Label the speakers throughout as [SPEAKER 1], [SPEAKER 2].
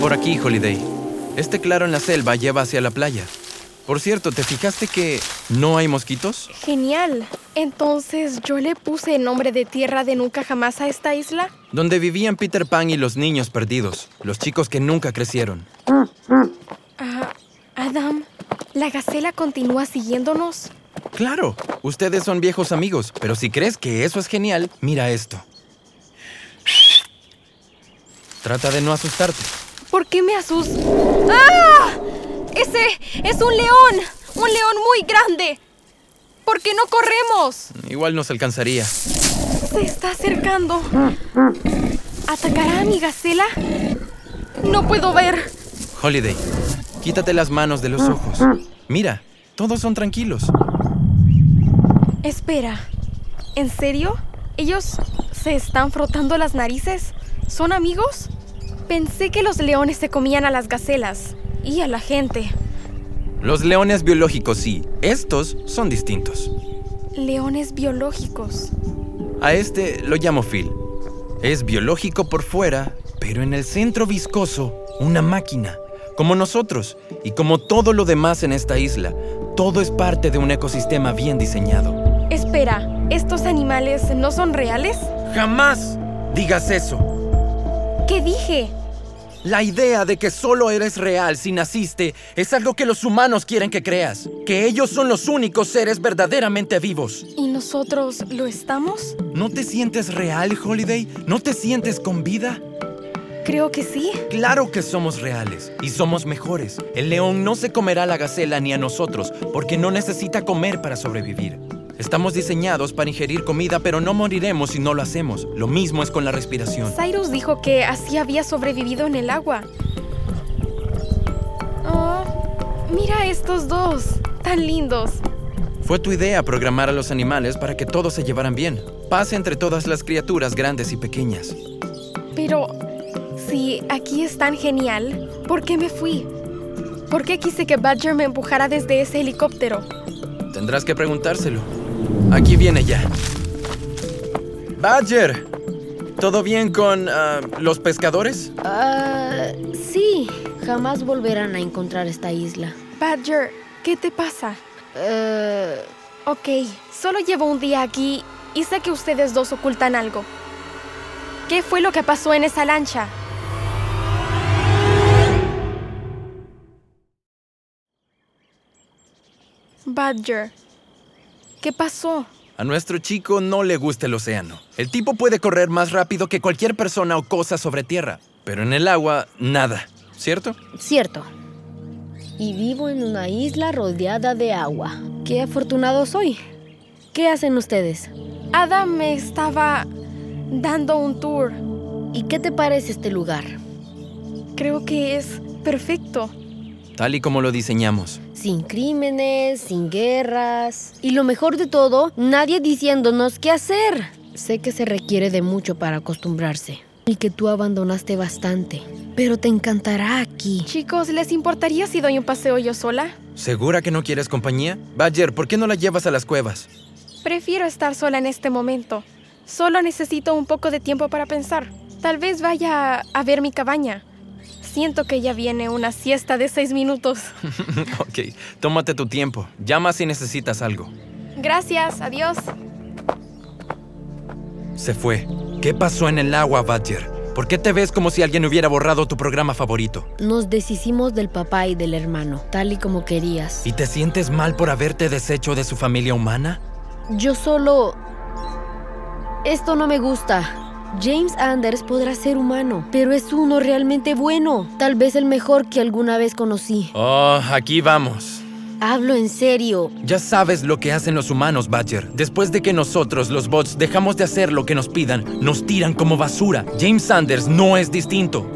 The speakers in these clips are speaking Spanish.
[SPEAKER 1] Por aquí, Holiday. Este claro en la selva lleva hacia la playa. Por cierto, ¿te fijaste que no hay mosquitos?
[SPEAKER 2] Genial. Entonces, ¿yo le puse el nombre de tierra de nunca jamás a esta isla?
[SPEAKER 1] Donde vivían Peter Pan y los niños perdidos, los chicos que nunca crecieron.
[SPEAKER 2] Ah, Adam, ¿la gacela continúa siguiéndonos?
[SPEAKER 1] Claro, ustedes son viejos amigos, pero si crees que eso es genial, mira esto. Trata de no asustarte.
[SPEAKER 2] ¿Por qué me asustas? ¡Ah! ¡Ese es un león! ¡Un león muy grande! ¿Por qué no corremos?
[SPEAKER 1] Igual nos alcanzaría.
[SPEAKER 2] Se está acercando. ¿Atacará a mi gacela? No puedo ver.
[SPEAKER 1] Holiday, quítate las manos de los ojos. Mira, todos son tranquilos.
[SPEAKER 2] Espera. ¿En serio? ¿Ellos se están frotando las narices? ¿Son amigos? Pensé que los leones se comían a las gacelas y a la gente.
[SPEAKER 1] Los leones biológicos sí, estos son distintos.
[SPEAKER 2] Leones biológicos.
[SPEAKER 1] A este lo llamo Phil. Es biológico por fuera, pero en el centro viscoso, una máquina, como nosotros y como todo lo demás en esta isla. Todo es parte de un ecosistema bien diseñado.
[SPEAKER 2] Espera, ¿estos animales no son reales?
[SPEAKER 1] ¡Jamás digas eso!
[SPEAKER 2] ¿Qué dije?
[SPEAKER 1] La idea de que solo eres real si naciste es algo que los humanos quieren que creas, que ellos son los únicos seres verdaderamente vivos.
[SPEAKER 2] ¿Y nosotros lo estamos?
[SPEAKER 1] ¿No te sientes real, Holiday? ¿No te sientes con vida?
[SPEAKER 2] Creo que sí.
[SPEAKER 1] Claro que somos reales y somos mejores. El león no se comerá a la gacela ni a nosotros porque no necesita comer para sobrevivir. Estamos diseñados para ingerir comida, pero no moriremos si no lo hacemos. Lo mismo es con la respiración.
[SPEAKER 2] Cyrus dijo que así había sobrevivido en el agua. Oh, mira a estos dos, tan lindos.
[SPEAKER 1] Fue tu idea programar a los animales para que todos se llevaran bien. Paz entre todas las criaturas grandes y pequeñas.
[SPEAKER 2] Pero si aquí es tan genial, ¿por qué me fui? ¿Por qué quise que Badger me empujara desde ese helicóptero?
[SPEAKER 1] Tendrás que preguntárselo. Aquí viene ya. Badger, ¿todo bien con ah, los pescadores?
[SPEAKER 3] Ah, sí, jamás volverán a encontrar esta isla.
[SPEAKER 2] Badger, ¿qué te pasa?
[SPEAKER 3] Eh,
[SPEAKER 2] Ok, solo llevo un día aquí y sé que ustedes dos ocultan algo. ¿Qué fue lo que pasó en esa lancha? Badger, ¿qué pasó?
[SPEAKER 1] A nuestro chico no le gusta el océano. El tipo puede correr más rápido que cualquier persona o cosa sobre tierra, pero en el agua, nada, ¿cierto?
[SPEAKER 3] cierto. Y vivo en una isla rodeada de agua. Qué afortunado soy. ¿Qué hacen ustedes?
[SPEAKER 2] Adam me estaba dando un tour.
[SPEAKER 3] ¿Y qué te parece este lugar?
[SPEAKER 2] Creo que es perfecto.
[SPEAKER 1] Tal y como lo diseñamos.
[SPEAKER 3] Sin crímenes, sin guerras. Y lo mejor de todo, nadie diciéndonos qué hacer. Sé que se requiere de mucho para acostumbrarse. Y que tú abandonaste bastante. Pero te encantará aquí.
[SPEAKER 2] Chicos, ¿les importaría si doy un paseo yo sola?
[SPEAKER 1] ¿Segura que no quieres compañía? Badger, ¿por qué no la llevas a las cuevas?
[SPEAKER 2] Prefiero estar sola en este momento. Solo necesito un poco de tiempo para pensar. Tal vez vaya a ver mi cabaña. Siento que ya viene una siesta de seis minutos.
[SPEAKER 1] ok, tómate tu tiempo. Llama si necesitas algo.
[SPEAKER 2] Gracias, adiós.
[SPEAKER 1] Se fue. ¿Qué pasó en el agua, Badger? ¿Por qué te ves como si alguien hubiera borrado tu programa favorito?
[SPEAKER 3] Nos deshicimos del papá y del hermano, tal y como querías.
[SPEAKER 1] ¿Y te sientes mal por haberte deshecho de su familia humana?
[SPEAKER 3] Yo solo... Esto no me gusta. James Anders podrá ser humano, pero es uno realmente bueno, tal vez el mejor que alguna vez conocí.
[SPEAKER 1] Oh, aquí vamos.
[SPEAKER 3] Hablo en serio.
[SPEAKER 1] Ya sabes lo que hacen los humanos, Badger. Después de que nosotros, los bots, dejamos de hacer lo que nos pidan, nos tiran como basura. James Sanders no es distinto.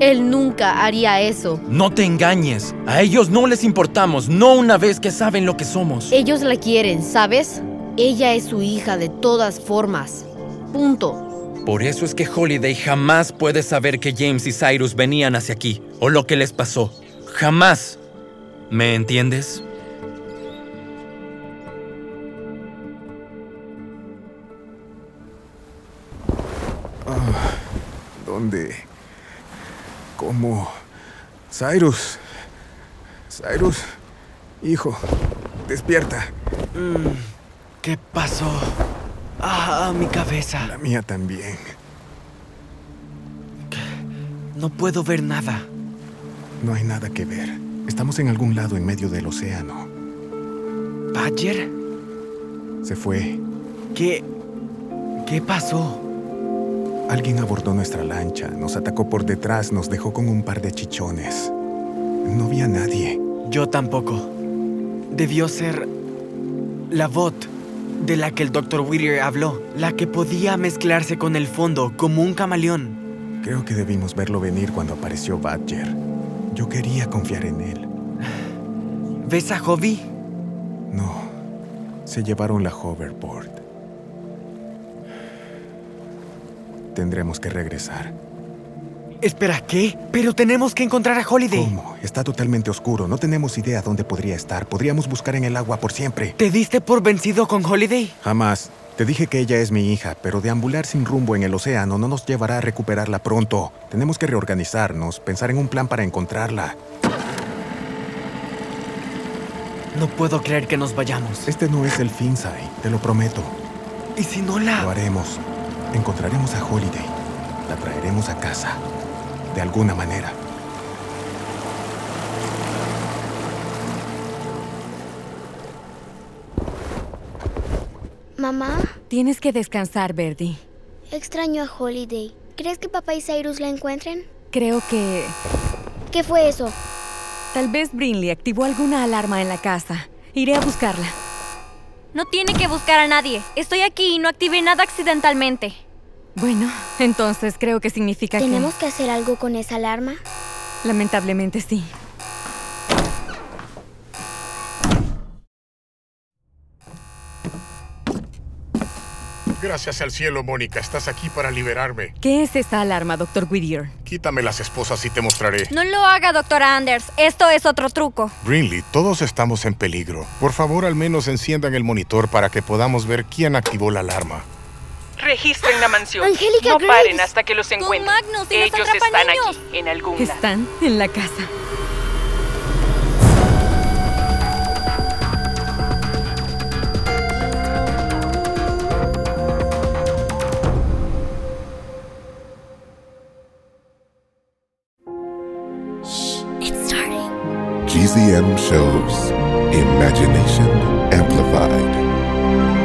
[SPEAKER 3] Él nunca haría eso.
[SPEAKER 1] No te engañes. A ellos no les importamos, no una vez que saben lo que somos.
[SPEAKER 3] Ellos la quieren, ¿sabes? Ella es su hija de todas formas. Punto.
[SPEAKER 1] Por eso es que Holiday jamás puede saber que James y Cyrus venían hacia aquí, o lo que les pasó. Jamás. ¿Me entiendes?
[SPEAKER 4] ¿Dónde? ¿Cómo? Cyrus. Cyrus. Hijo, despierta.
[SPEAKER 5] ¿Qué pasó? Ah, mi cabeza.
[SPEAKER 4] La mía también.
[SPEAKER 5] No puedo ver nada.
[SPEAKER 4] No hay nada que ver. Estamos en algún lado en medio del océano.
[SPEAKER 5] ¿Badger?
[SPEAKER 4] Se fue.
[SPEAKER 5] ¿Qué? ¿Qué pasó?
[SPEAKER 4] Alguien abordó nuestra lancha, nos atacó por detrás, nos dejó con un par de chichones. No vi a nadie.
[SPEAKER 5] Yo tampoco. Debió ser la bot de la que el Dr. Whittier habló, la que podía mezclarse con el fondo como un camaleón.
[SPEAKER 4] Creo que debimos verlo venir cuando apareció Badger. Yo quería confiar en él.
[SPEAKER 5] ¿Ves a Hobby?
[SPEAKER 4] No. Se llevaron la hoverboard. Tendremos que regresar.
[SPEAKER 5] Espera, ¿qué? Pero tenemos que encontrar a Holiday.
[SPEAKER 4] ¿Cómo? Está totalmente oscuro. No tenemos idea dónde podría estar. Podríamos buscar en el agua por siempre.
[SPEAKER 5] ¿Te diste por vencido con Holiday?
[SPEAKER 4] Jamás. Te dije que ella es mi hija, pero deambular sin rumbo en el océano no nos llevará a recuperarla pronto. Tenemos que reorganizarnos, pensar en un plan para encontrarla.
[SPEAKER 5] No puedo creer que nos vayamos.
[SPEAKER 4] Este no es el fin, Sai, te lo prometo.
[SPEAKER 5] ¿Y si no
[SPEAKER 4] Lo
[SPEAKER 5] la...
[SPEAKER 4] haremos. Encontraremos a Holiday. La traeremos a casa. De alguna manera.
[SPEAKER 6] Mamá,
[SPEAKER 7] Tienes que descansar, Verdi.
[SPEAKER 6] extraño a Holiday. ¿Crees que papá y Cyrus la encuentren?
[SPEAKER 7] Creo que
[SPEAKER 6] ¿Qué fue eso?
[SPEAKER 7] tal vez Brinley activó alguna alarma en la casa. Iré a buscarla.
[SPEAKER 8] No tiene que buscar a nadie. Estoy aquí y no activé nada accidentalmente.
[SPEAKER 7] Bueno, entonces creo que significa
[SPEAKER 6] ¿Tenemos que hacer algo con esa alarma?
[SPEAKER 7] que... Lamentablemente sí.
[SPEAKER 9] Gracias al cielo, Mónica, estás aquí para liberarme.
[SPEAKER 7] ¿Qué es esa alarma, Dr. Whittier?
[SPEAKER 9] Quítame las esposas y te mostraré.
[SPEAKER 8] No lo haga, doctora Anders. Esto es otro truco.
[SPEAKER 9] Brinley, todos estamos en peligro. Por favor, al menos enciendan el monitor para que podamos ver quién activó la alarma.
[SPEAKER 10] Registren la mansión.
[SPEAKER 6] Angélica
[SPEAKER 10] no
[SPEAKER 6] Grace.
[SPEAKER 10] paren hasta que los encuentren.
[SPEAKER 8] Magnus y los
[SPEAKER 10] Ellos
[SPEAKER 8] atrapan
[SPEAKER 10] están
[SPEAKER 8] niños.
[SPEAKER 10] aquí, en algún lado.
[SPEAKER 7] Están en la casa.
[SPEAKER 6] It's starting.
[SPEAKER 11] GZM shows Imagination Amplified.